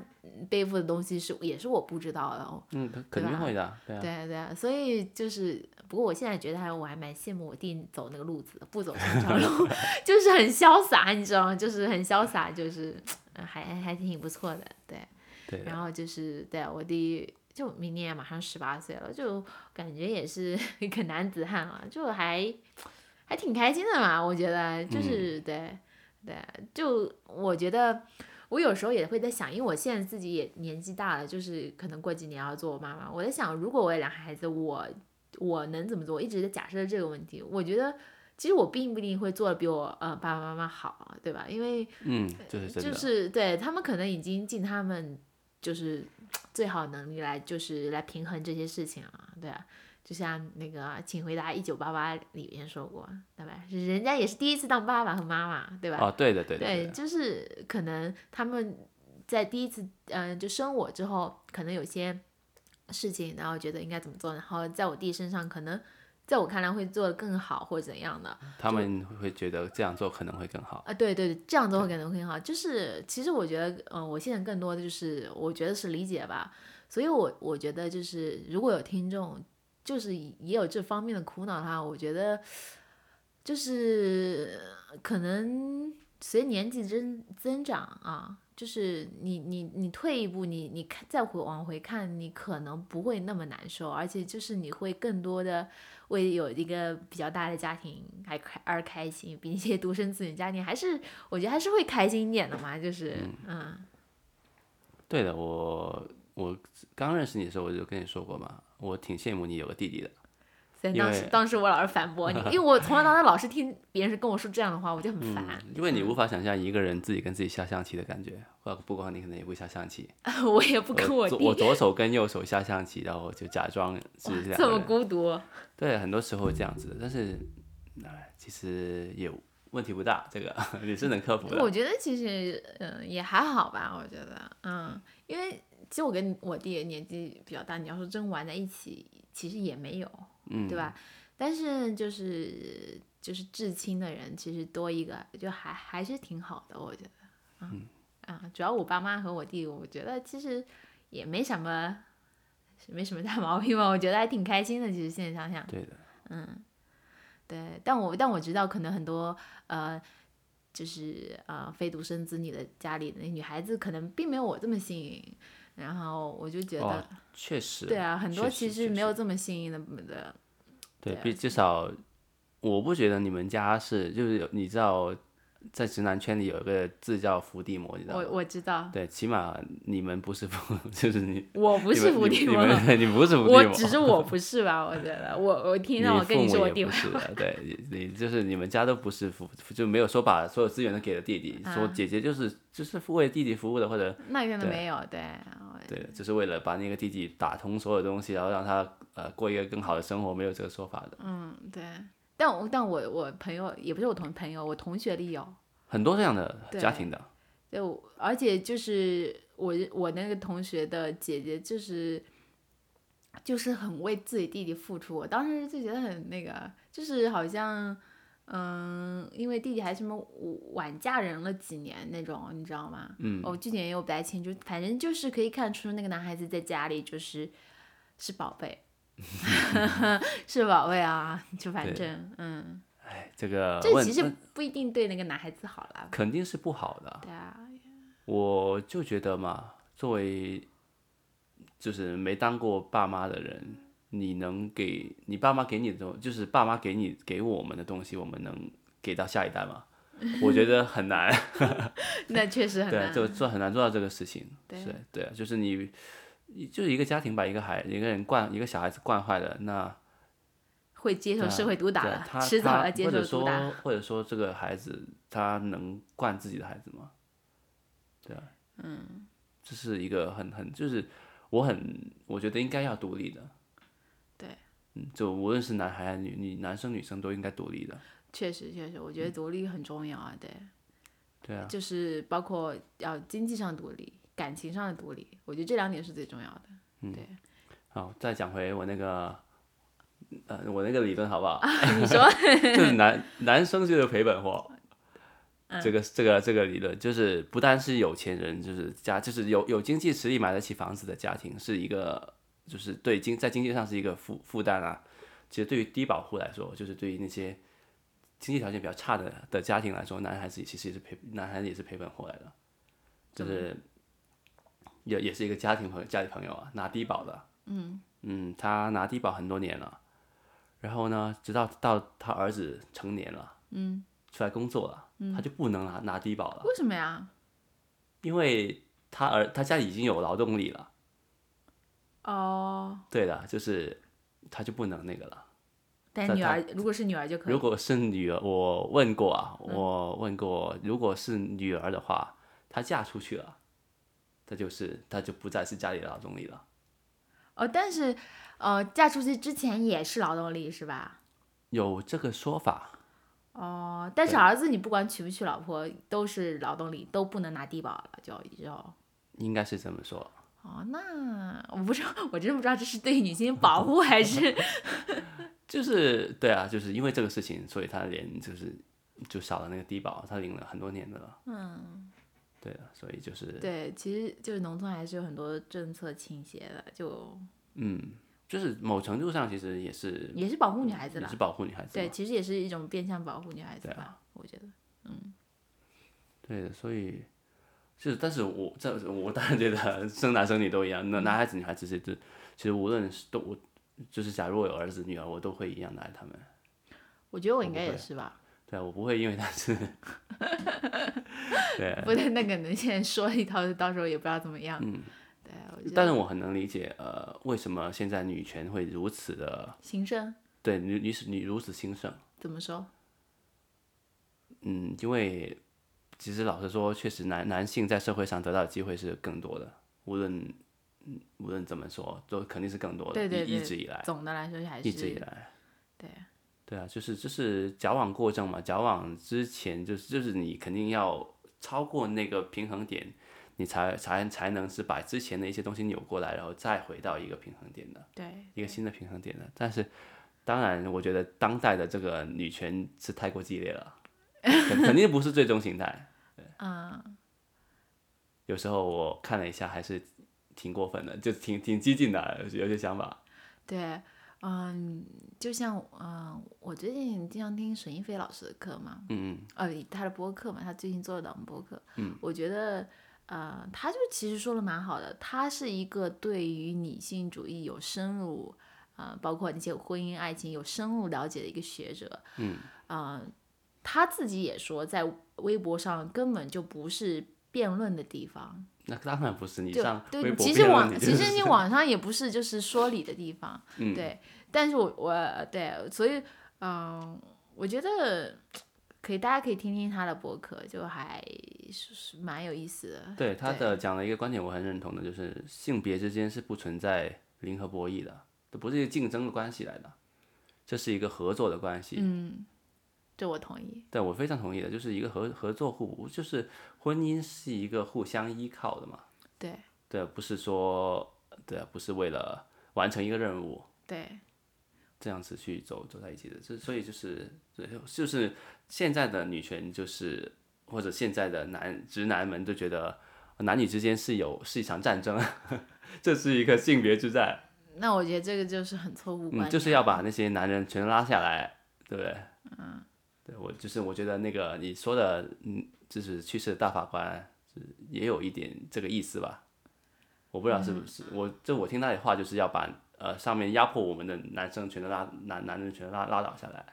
Speaker 2: 背负的东西是也是我不知道的。哦
Speaker 1: 嗯，他肯定
Speaker 2: 吧
Speaker 1: 会的，对啊，
Speaker 2: 对啊对啊，所以就是，不过我现在觉得还我还蛮羡慕我弟走那个路子的，不走寻 常路，就是很潇洒，你知道吗？就是很潇洒，就是嗯还还还挺不错的，对。
Speaker 1: 对的。
Speaker 2: 然后就是对啊我弟，就明年马上十八岁了，就感觉也是一个男子汉了，就还还挺开心的嘛。我觉得
Speaker 1: 嗯
Speaker 2: 就是、对对，就我觉得我有时候也会在想，因为我现在自己也年纪大了，就是可能过几年要做我妈妈，我在想，如果我有两个孩子，我我能怎么做？我一直在假设这个问题，我觉得。其实我并不一定会做的比我呃爸爸妈妈好，对吧？因为
Speaker 1: 嗯，就是真的，
Speaker 2: 就是对他们可能已经尽他们就是最好能力来，就是来平衡这些事情啊，对啊。就像那个《请回答一九八八》里面说过，对吧？人家也是第一次当爸爸和妈妈，对吧？
Speaker 1: 哦，对的，对的，
Speaker 2: 对
Speaker 1: 的
Speaker 2: 就是可能他们在第一次嗯、呃就生我之后，可能有些事情，然后觉得应该怎么做，然后在我弟身上，可能在我看来会做得更好或者怎样的，
Speaker 1: 他们会觉得这样做可能会更好。
Speaker 2: 啊，对对，对这样做会感觉很好。就是其实我觉得，嗯、我现在更多的就是我觉得是理解吧。所以我我觉得就是如果有听众就是也有这方面的苦恼的话，我觉得就是可能随年纪增增长啊。就是你你你退一步，你你看再回往回看，你可能不会那么难受，而且就是你会更多的为有一个比较大的家庭还开而开心，比一些独生子女家庭还是我觉得还是会开心一点的嘛，就是嗯
Speaker 1: 对的，我我刚认识你的时候我就跟你说过嘛，我挺羡慕你有个弟弟的。
Speaker 2: 所以
Speaker 1: 因
Speaker 2: 当时
Speaker 1: 为
Speaker 2: 当时我老是反 驳你，因为我从小到大老是听别人跟我说这样的话，我就很烦。
Speaker 1: 嗯，因为你无法想象一个人自己跟自己下象棋的感觉，或不光你可能也不会下象棋。
Speaker 2: 我也不跟
Speaker 1: 嗯我
Speaker 2: 弟
Speaker 1: 左我左手跟右手下象棋，然后就假装是两个人。
Speaker 2: 这么孤独，
Speaker 1: 对，很多时候这样子的，但是，哎，其实也问题不大，这个 也是能克服的。
Speaker 2: 我觉得其实嗯也还好吧，我觉得嗯，因为其实我跟我弟年纪比较大，你要说真玩在一起，其实也没有，
Speaker 1: 嗯，
Speaker 2: 对吧？但是就是就是至亲的人，其实多一个就还还是挺好的，我觉得。嗯啊，主要我爸妈和我弟，我觉得其实也没什么，是没什么大毛病吧，我觉得还挺开心的。其实现在想想，
Speaker 1: 对的，
Speaker 2: 对，但我但我知道，可能很多呃，就是呃非独生子女的家里的女孩子，可能并没有我这么幸运。然后我就觉得，
Speaker 1: 哦确实。
Speaker 2: 对啊，很多
Speaker 1: 确
Speaker 2: 其
Speaker 1: 实
Speaker 2: 实
Speaker 1: 确
Speaker 2: 没有这么幸运的的
Speaker 1: 对
Speaker 2: 对，啊
Speaker 1: 比至少我不觉得你们家是，就是有你知道在直男圈里有一个字叫伏地魔，你知道
Speaker 2: 我
Speaker 1: 吗？
Speaker 2: 我知道，
Speaker 1: 对，起码你们不是伏， 就是你
Speaker 2: 我不是伏地魔，
Speaker 1: 你们 你们你不是伏地
Speaker 2: 我
Speaker 1: 魔，
Speaker 2: 只是我不是吧？我觉得我我听到
Speaker 1: 你
Speaker 2: 我跟
Speaker 1: 父
Speaker 2: 说
Speaker 1: 母
Speaker 2: 我
Speaker 1: 也
Speaker 2: 弟
Speaker 1: 不
Speaker 2: 妹，
Speaker 1: 是的，对你 你就是你们家都不是服，就没有说把所有资源都给了弟弟，说
Speaker 2: 啊
Speaker 1: 姐姐就是就是为弟弟服务的，或者
Speaker 2: 那真的
Speaker 1: 对
Speaker 2: 没有对。我
Speaker 1: 对，就是为了把那个弟弟打通所有东西，然后让他呃过一个更好的生活，没有这个说法的，
Speaker 2: 嗯，对。但我但我我朋友也不是我同朋友，我同学里有，
Speaker 1: 很多这样的家庭的，
Speaker 2: 就而且就是我我那个同学的姐姐，就是就是很为自己弟弟付出，我当时就觉得很那个，就是好像嗯，因为弟弟还什么晚嫁人了几年那种，你知道吗？
Speaker 1: 嗯，
Speaker 2: 哦，具体也有不太清楚，反正就是可以看出那个男孩子在家里就是是宝 贝， 是宝贝啊，就反
Speaker 1: 对
Speaker 2: 正嗯，
Speaker 1: 哎，这个
Speaker 2: 这
Speaker 1: 问
Speaker 2: 其实
Speaker 1: 问
Speaker 2: 不一定对那个男孩子好啦，
Speaker 1: 肯定是不好的，
Speaker 2: 对啊，
Speaker 1: 我就觉得嘛，作为就是没当过爸妈的人，你能给你爸妈给你的东，就是爸妈给你给我们的东西，我们能给到下一代 吗？我觉得很难，
Speaker 2: 那确实很
Speaker 1: 对，啊
Speaker 2: 难，
Speaker 1: 就做很难做到这个事情。
Speaker 2: 对
Speaker 1: 是，对啊，就是你，就是一个家庭把一个孩一个人惯一个小孩子惯坏了，那
Speaker 2: 会接受
Speaker 1: 对啊
Speaker 2: 社会毒打
Speaker 1: 对啊
Speaker 2: 的，
Speaker 1: 他
Speaker 2: 迟早
Speaker 1: 他
Speaker 2: 要接
Speaker 1: 或者
Speaker 2: 受毒打。
Speaker 1: 说或者说这个孩子他能惯自己的孩子吗？对啊，嗯，这是一个很很就是我很我觉得应该要独立的，
Speaker 2: 对，
Speaker 1: 嗯，就无论是男孩还是女女男生女生都应该独立的，
Speaker 2: 确实，确实，我觉得独立很重要啊，对，
Speaker 1: 对嗯啊，
Speaker 2: 就是包括要经济上独立、感情上的独立，我觉得这两点是最重要的。
Speaker 1: 好，再讲回我那个。呃，我那个理论好不好？
Speaker 2: 啊你说，
Speaker 1: 就是男男生就是赔本货，
Speaker 2: 嗯
Speaker 1: 这个这个这个理论就是不单是有钱人，就是家就是有有经济实力买得起房子的家庭是一个，就是对经在经济上是一个负负担啊。其实对于低保户来说，就是对于那些经济条件比较差的的家庭来说，男孩子其实也是赔男孩子也是赔本货来的，就是也也是一个家庭朋友家里朋友啊，拿低保的，嗯嗯，他拿低保很多年了。然后呢，直到到他儿子成年了，嗯，出来工作了，他就不能拿拿低保了，
Speaker 2: 为什么呀？
Speaker 1: 因为他儿他家里已经有劳动力了，
Speaker 2: 哦，
Speaker 1: 对的，就是他就不能那个了。
Speaker 2: 但
Speaker 1: 在
Speaker 2: 女
Speaker 1: 他
Speaker 2: 儿如果是女儿就可
Speaker 1: 如
Speaker 2: 以，
Speaker 1: 果是女儿，我问过啊，
Speaker 2: 嗯
Speaker 1: 我问过，如果是女儿的话，她嫁出去了，她就是她就不再是家里的劳动力了。
Speaker 2: 哦，但是呃，嫁出去之前也是劳动力是吧？
Speaker 1: 有这个说法，
Speaker 2: 哦，但是
Speaker 1: 对
Speaker 2: 儿子你不管娶不娶老婆都是劳动力，都不能拿低保了，就以后。
Speaker 1: 应该是这么说。
Speaker 2: 哦，那我不知道，我真不知道这是对女性保护还是
Speaker 1: 就是对啊，就是因为这个事情，所以他连就是就少了那个低保，他领了很多年的了。嗯，对的，所以就是
Speaker 2: 对，其实就是农村还是有很多政策倾斜的，就
Speaker 1: 嗯，就是某程度上其实也是
Speaker 2: 也是保护女孩
Speaker 1: 嗯
Speaker 2: 子
Speaker 1: 也
Speaker 2: 啦
Speaker 1: 是。保护女孩子
Speaker 2: 对，
Speaker 1: 嘛，
Speaker 2: 其实也是一种变相保护女孩子
Speaker 1: 对啊
Speaker 2: 吧，我觉得。
Speaker 1: 对的，所以就是，但是我这我当然觉得生男生女都一样，
Speaker 2: 嗯
Speaker 1: 那男孩子女孩子其实其实无论是都我就是假如我有儿子女儿，我都会一样的爱他们。
Speaker 2: 我觉得我应
Speaker 1: 不
Speaker 2: 该
Speaker 1: 会
Speaker 2: 也是吧，
Speaker 1: 对啊，我不会因为他是对啊，
Speaker 2: 不对，那可能现在说一套，到时候也不知道怎么样。嗯，对，我觉得
Speaker 1: 但是我很能理解呃为什么现在女权会如此的。
Speaker 2: 行政
Speaker 1: 对，女女你如此兴盛，
Speaker 2: 怎么说？
Speaker 1: 嗯，因为其实老实说，确实男男性在社会上得到的机会是更多的，无论嗯无论怎么说，都肯定是更多的，
Speaker 2: 对对
Speaker 1: 一一
Speaker 2: 对
Speaker 1: 直以来，
Speaker 2: 总的来说还是
Speaker 1: 一直以来，
Speaker 2: 对
Speaker 1: 对啊，就是就是矫枉过正嘛，矫枉之前就是就是你肯定要超过那个平衡点，你才才才能是把之前的一些东西扭过来，然后再回到一个平衡点的。
Speaker 2: 对
Speaker 1: 一个新的平衡点了。但是，当然，我觉得当代的这个女权是太过激烈了，肯肯定不是最终形态。
Speaker 2: 嗯，
Speaker 1: 有时候我看了一下，还是挺过分的，就挺挺激进的，有些想法。
Speaker 2: 对，嗯，就像嗯，我最近经常听沈一菲老师的课嘛，
Speaker 1: 嗯
Speaker 2: 呃，他的播客嘛，他最近做了档播客，嗯，我觉得，呃，他就其实说的蛮好的，他是一个对于女性主义有深入，呃，包括那些婚姻、爱情有深入了解的一个学者，嗯，啊、他自己也说，在微博上根本就不是辩论的地方。
Speaker 1: 那当然不是，你
Speaker 2: 就
Speaker 1: 上微
Speaker 2: 对，
Speaker 1: 博
Speaker 2: 其
Speaker 1: 辩
Speaker 2: 实
Speaker 1: 论
Speaker 2: 网
Speaker 1: 你
Speaker 2: 其
Speaker 1: 就
Speaker 2: 实
Speaker 1: 是嗯
Speaker 2: 你网上也不是就是说理的 地方，对。但是我我对，所以嗯、我觉得可以，大家可以听听他的博客，就还是是蛮有意思的。
Speaker 1: 对他
Speaker 2: 对
Speaker 1: 的讲了一个观点，我很认同的，就是性别之间是不存在零和博弈的，这不是一个竞争的关系来的，这是一个合作的关系。
Speaker 2: 嗯，这我同意。
Speaker 1: 对我非常同意的，就是一个合合作互补，就是婚姻是一个互相依靠的嘛。
Speaker 2: 对
Speaker 1: 对，不是说对，不是为了完成一个任务
Speaker 2: 对
Speaker 1: 这样子去走走在一起的。这所以就是对就是现在的女权就是或者现在的男直男们就觉得呃男女之间是有是一场战争， 这是一个性别之战，
Speaker 2: 那我觉得这个就是很错误观、
Speaker 1: 嗯，就是要把那些男人全拉下来，对不对？嗯，对我就是我觉得那个你说的，嗯，就是去世的大法官，就是也有一点这个意思吧。我不知道是不
Speaker 2: 嗯
Speaker 1: 是、我，就我听他的话，就是要把呃上面压迫我们的男生全都拉男男人全都拉拉倒下来。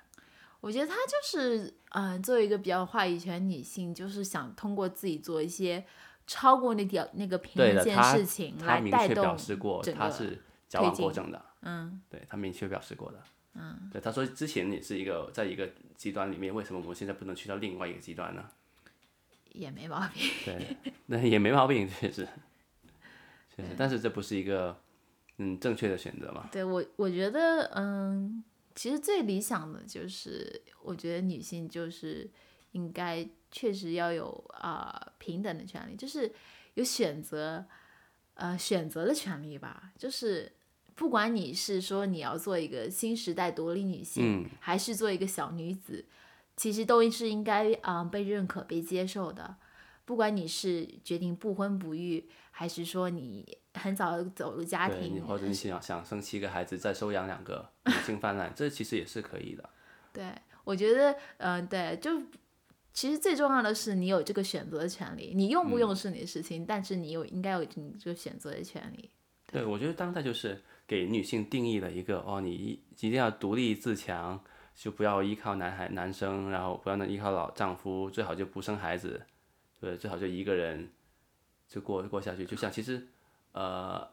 Speaker 2: 我觉得她就是，嗯、作为一个比较有话语权女性，就是想通过自己做一些超过那条那个平
Speaker 1: 对的
Speaker 2: 一件
Speaker 1: 她
Speaker 2: 事情
Speaker 1: 他
Speaker 2: 来
Speaker 1: 明
Speaker 2: 带
Speaker 1: 确表
Speaker 2: 动。
Speaker 1: 示过
Speaker 2: 整
Speaker 1: 他
Speaker 2: 个
Speaker 1: 是矫
Speaker 2: 推
Speaker 1: 枉过
Speaker 2: 进
Speaker 1: 正的，
Speaker 2: 嗯，
Speaker 1: 对他明确表示过的。嗯，对，他说之前也是一个在一个极端里面，为什么我们现在不能去到另外一个极端呢？
Speaker 2: 也没毛病。
Speaker 1: 对，那也没毛病，确实，确实，但是这不是一个嗯正确的选择嘛？
Speaker 2: 对我，我觉得，嗯，其实最理想的就是，我觉得女性就是应该确实要有啊、呃平等的权利，就是有选择，呃，选择的权利吧。就是不管你是说你要做一个新时代独立女性，
Speaker 1: 嗯
Speaker 2: 还是做一个小女子，其实都是应该啊、呃被认可、被接受的。不管你是决定不婚不育，还是说你很早地走入家
Speaker 1: 对你
Speaker 2: 庭，
Speaker 1: 或者你想想生七个孩子，再收养两个，母性泛滥，这其实也是可以的。
Speaker 2: 对，我觉得，嗯、对，就其实最重要的是你有这个选择的权利，你用不
Speaker 1: 嗯
Speaker 2: 用是你的事情，但是你有应该有你这个选择的权利。
Speaker 1: 对，我觉得当代就是给女性定义了一个哦，你一一定要独立自强，就不要依靠男孩男生，然后不要依靠老丈夫，最好就不生孩子，对，最好就一个人就过过下去。就像其实呃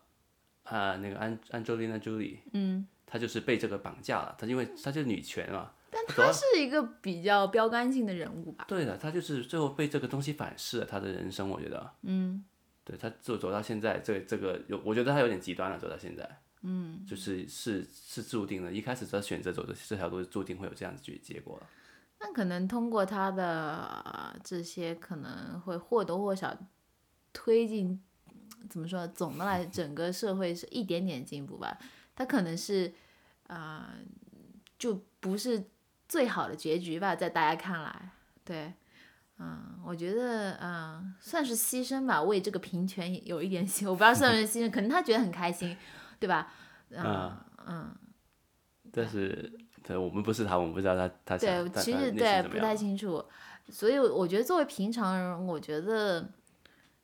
Speaker 1: 啊那个安 Angelina Jolie，
Speaker 2: 嗯，
Speaker 1: 她就是被这个绑架了，她因为她就是女权嘛，
Speaker 2: 但
Speaker 1: 主
Speaker 2: 他
Speaker 1: 要
Speaker 2: 是一个比较标杆性的人物吧？
Speaker 1: 对的，她就是最后被这个东西反噬了她的人生，我觉得。
Speaker 2: 嗯，
Speaker 1: 对他走走到现在，这这个有，我觉得他有点极端了，走到现在，嗯，就是是是注定的，一开始他选择走的这条路，注定会有这样子结结果了。
Speaker 2: 那可能通过他的、呃这些，可能会或多或少推进，怎么说？总的来，整个社会是一点点进步吧。他可能是，啊、就不是最好的结局吧，在大家看来，对。嗯，我觉得，嗯，算是牺牲吧，为这个平权有一点牺，我不知道算不算牺牲，可能他觉得很开心，对吧？嗯
Speaker 1: 啊
Speaker 2: 嗯，
Speaker 1: 但是，对我们不是他，我们不知道他他想
Speaker 2: 对，
Speaker 1: 他
Speaker 2: 其
Speaker 1: 他
Speaker 2: 实
Speaker 1: 内心
Speaker 2: 对
Speaker 1: 怎么
Speaker 2: 不
Speaker 1: 样
Speaker 2: 太清楚，所以我觉得作为平常人，我觉得，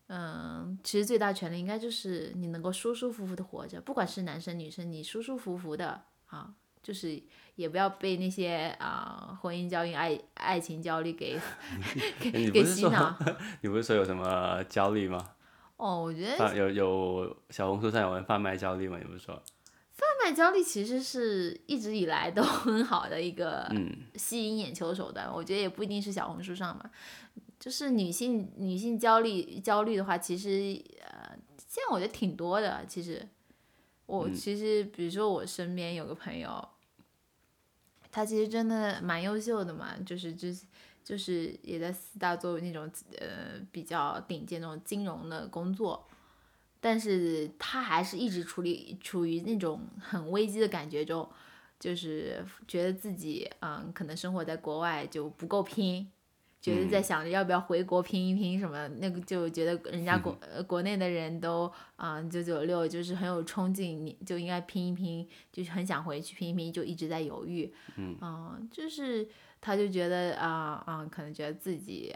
Speaker 2: 嗯，其实最大权利应该就是你能够舒舒服服的活着，不管是男生女生，你舒舒服服的啊，就是也不要被那些啊婚姻焦虑、爱爱情焦虑给 给
Speaker 1: 哎你
Speaker 2: 给
Speaker 1: 不是
Speaker 2: 洗
Speaker 1: 说
Speaker 2: 脑。
Speaker 1: 你不是说有什么焦虑吗？
Speaker 2: 哦，我觉得
Speaker 1: 贩有有小红书上有人贩卖焦虑吗？你不是说？
Speaker 2: 贩卖焦虑其实是一直以来都 很好的一个吸引眼球手段，我觉得也不一定是小红书上嘛，就是女性女性焦虑焦虑的话，其实呃，现在我觉得挺多的。其实我其实比如说我身边有个朋友，他其实真的蛮优秀的嘛，就是之就是也在四大做那种呃比较顶尖那种金融的工作，但是他还是一直处理处于那种很危机的感觉中，就是觉得自己嗯可能生活在国外就不够拼。觉得在想着要不要回国拼一拼什么，那个就觉得人家国、呃国内的人都啊九九六就是很有冲劲，你就应该拼一拼，就是很想回去拼一拼，就一直在犹豫。嗯、就是他就觉得啊啊、可能觉得自己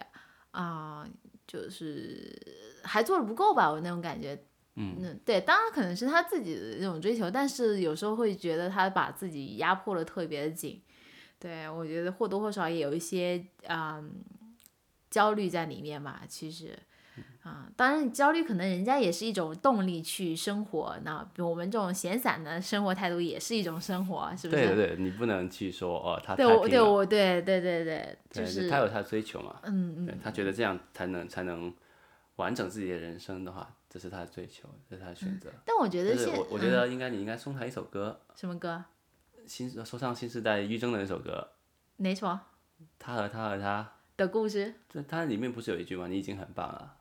Speaker 2: 啊、就是还做的不够吧，我那种感觉。嗯，对，当然可能是他自己的那种追求，但是有时候会觉得他把自己压迫的特别的紧，对，我觉得或多或少也有一些嗯焦虑在里面吧。其实啊、当然焦虑可能人家也是一种动力去生活，那比如我们这种闲散的生活态度也是一种生活，是不
Speaker 1: 对
Speaker 2: 是？
Speaker 1: 对对，你不能去说哦，他
Speaker 2: 对
Speaker 1: 太
Speaker 2: 我
Speaker 1: 拼
Speaker 2: 对
Speaker 1: 了
Speaker 2: 我对对对对，
Speaker 1: 对，
Speaker 2: 就是
Speaker 1: 他有他的追求嘛，
Speaker 2: 嗯
Speaker 1: 对他觉得这样才能才能完整自己的人生的话，这是他的追求，这是他的选择。
Speaker 2: 但我觉得
Speaker 1: 但
Speaker 2: 现嗯
Speaker 1: 是我我觉得应该你应该送他一首歌，
Speaker 2: 什么歌？
Speaker 1: 新说唱新时代于正的一首歌，
Speaker 2: 哪首
Speaker 1: 他和他和他，
Speaker 2: 的故事？
Speaker 1: 这它里面不是有一句吗？你已经很棒了。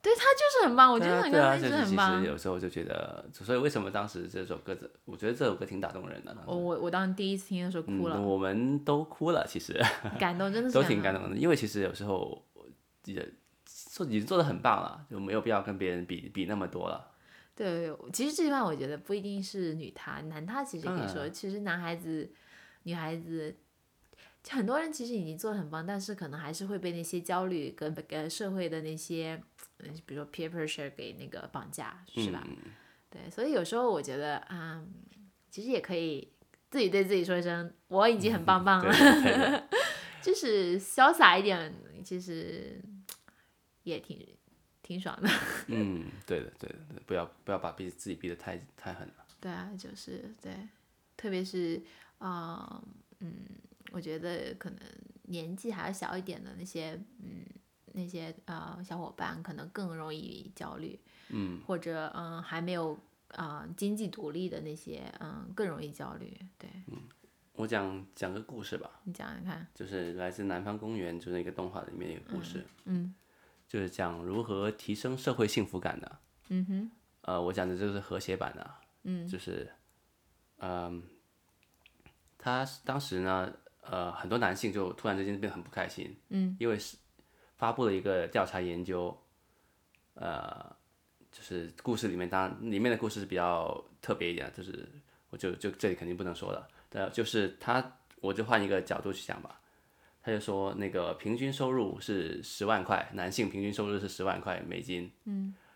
Speaker 2: 对他就是很棒，我觉
Speaker 1: 对
Speaker 2: 得
Speaker 1: 啊
Speaker 2: 很
Speaker 1: 对啊，
Speaker 2: 歌
Speaker 1: 就
Speaker 2: 真的
Speaker 1: 是
Speaker 2: 很
Speaker 1: 其
Speaker 2: 棒
Speaker 1: 实。有时候就觉得，所以为什么当时这首歌，我觉得这首歌挺打动人的。
Speaker 2: 我我我当时第一次听的时候哭了，
Speaker 1: 嗯，我们都哭了，其实。
Speaker 2: 感动 真的是
Speaker 1: 都挺感
Speaker 2: 动。
Speaker 1: 动的，因为其实有时候也做已经做的很棒了，就没有必要跟别人比比那么多了。
Speaker 2: 对，其实这句话我觉得不一定是女他，男他其实也可以
Speaker 1: 当
Speaker 2: 说，其实男孩子、女孩子，就很多人其实已经做的很棒，但是可能还是会被那些焦虑跟跟社会的那些，呃比如说 peer pressure 给那个绑架，是吧？
Speaker 1: 嗯、
Speaker 2: 对，所以有时候我觉得啊、其实也可以自己对自己说一声，我已经很棒棒
Speaker 1: 对
Speaker 2: 了，
Speaker 1: 对对
Speaker 2: 就是潇洒一点，其实也挺挺爽的。
Speaker 1: 嗯，对的，对的，对的不要不要把逼自己逼得太太狠了。
Speaker 2: 对啊，就是对，特别是啊、呃嗯，我觉得可能年纪还小一点的那些，嗯，那些呃小伙伴可能更容易焦虑，嗯，或者嗯还没有啊、呃经济独立的那些，嗯更容易焦虑。对
Speaker 1: 我讲讲个故事吧，
Speaker 2: 你讲讲看，
Speaker 1: 就是来自《南方公园》就是一个动画里面有个故事，
Speaker 2: 嗯
Speaker 1: 就是讲如何提升社会幸福感的。
Speaker 2: 嗯哼，
Speaker 1: 呃，我讲的这个是和谐版的，
Speaker 2: 嗯
Speaker 1: 就是，嗯、他当时呢，呃，很多男性就突然之间变得很不开心，
Speaker 2: 嗯，
Speaker 1: 因为是发布了一个调查研究，呃，就是故事里面当然里面的故事是比较特别一点的，就是我就就这里肯定不能说了，但就是他我就换一个角度去讲吧。他就说，那个平均收入是十万块，男性平均收入是十万块美金，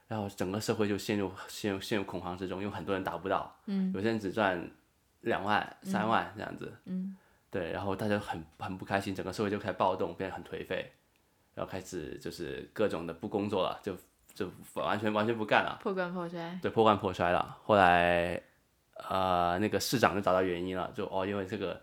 Speaker 1: 然后整个社会就陷入陷入陷入恐慌之中，因为很多人达不到，嗯，有些人只赚两万、三万这样子，嗯，对，然后大家很很不开心，整个社会就开始暴动，变得很颓废，然后开始就是各种的不工作了，就就完全完全不干了，
Speaker 2: 破罐破摔，
Speaker 1: 对，破罐破摔了。后来，呃，那个市长就找到原因了，就哦，因为这个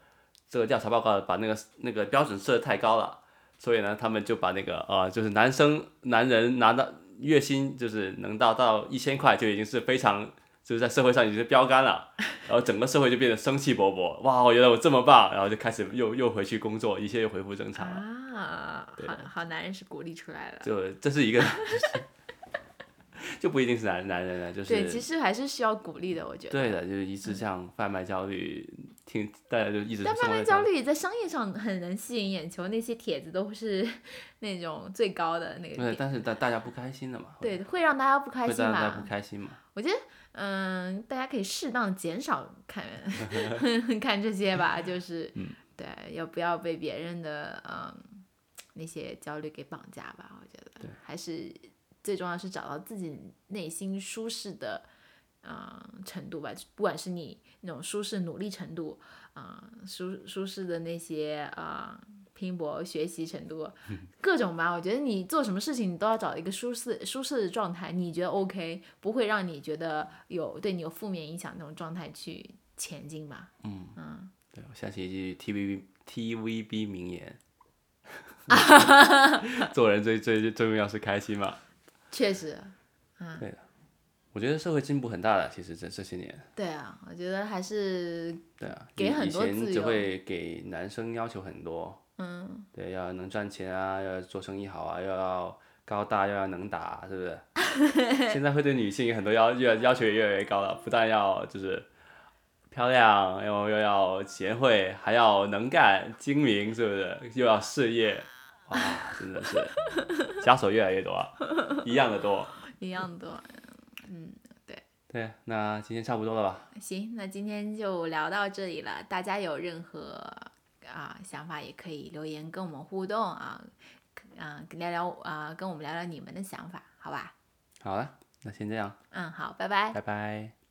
Speaker 1: 这个调查报告把那个那个标准设的太高了，所以呢，他们就把那个呃，就是男生男人拿到月薪就是能到到一千块就已经是非常就是在社会上已经是标杆了，然后整个社会就变得生气勃勃，哇，我原来我这么棒，然后就开始又又回去工作，一切又恢复正常了。
Speaker 2: 啊，
Speaker 1: 对
Speaker 2: 好好男人是鼓励出来的。
Speaker 1: 就这是一个， 就不一定是男男人了，啊就是
Speaker 2: 对，其实还是需要鼓励的，我觉得。
Speaker 1: 对的，就是一直这样贩卖焦虑，听大家就一直
Speaker 2: 但
Speaker 1: 生
Speaker 2: 贩
Speaker 1: 活在
Speaker 2: 卖焦虑在商业上很能吸引眼球，那些帖子都是 那种最高的那个
Speaker 1: 对，
Speaker 2: 点，
Speaker 1: 但是大大家不开心的嘛，
Speaker 2: 对，会让大家不开
Speaker 1: 会
Speaker 2: 心
Speaker 1: 让大家不
Speaker 2: 吧？
Speaker 1: 开心嘛，
Speaker 2: 我觉得，嗯，大家可以适当减少看看这些吧，就是，对，要不要被别人的嗯那些焦虑给绑架吧？我觉得还是最重要是找到自己内心舒适的。嗯，程度吧，不管是你那种舒适努力程度，啊、舒舒适的那些啊、拼搏学习程度，各种吧。我觉得你做什么事情，你都要找一个舒适舒适的状态，你觉得 OK，不会让你觉得有对你有负面影响那种状态去前进吧。
Speaker 1: 对，我想起一句 TVB TVB 名 言，做人最最最重要是开心嘛，
Speaker 2: 确实，
Speaker 1: 我觉得社会进步很大的，其实这这些年，
Speaker 2: 对啊，我觉得还是
Speaker 1: 对啊，
Speaker 2: 给
Speaker 1: 以
Speaker 2: 很多
Speaker 1: 以前
Speaker 2: 自
Speaker 1: 只
Speaker 2: 由
Speaker 1: 会给男生要求很多，嗯，对，要能赚钱啊，要做生意好啊，又要高大，又要能打啊，是不是？ 现在会对女性有很多要越要求也越来越高了，不但要就是漂亮，又又要贤惠，还要能干、精明，是不是？又要事业，哇，真的是枷锁越来越多啊，一样的多。
Speaker 2: 一样的。嗯
Speaker 1: 对，那今天差不多了吧？
Speaker 2: 行，那今天就聊到这里了。大家有任何啊、想法，也可以留言跟我们互动啊，啊、聊聊啊、跟我们聊聊你们的想法，好吧？
Speaker 1: 好了，那先这样，
Speaker 2: 嗯，好，拜拜。
Speaker 1: 拜拜。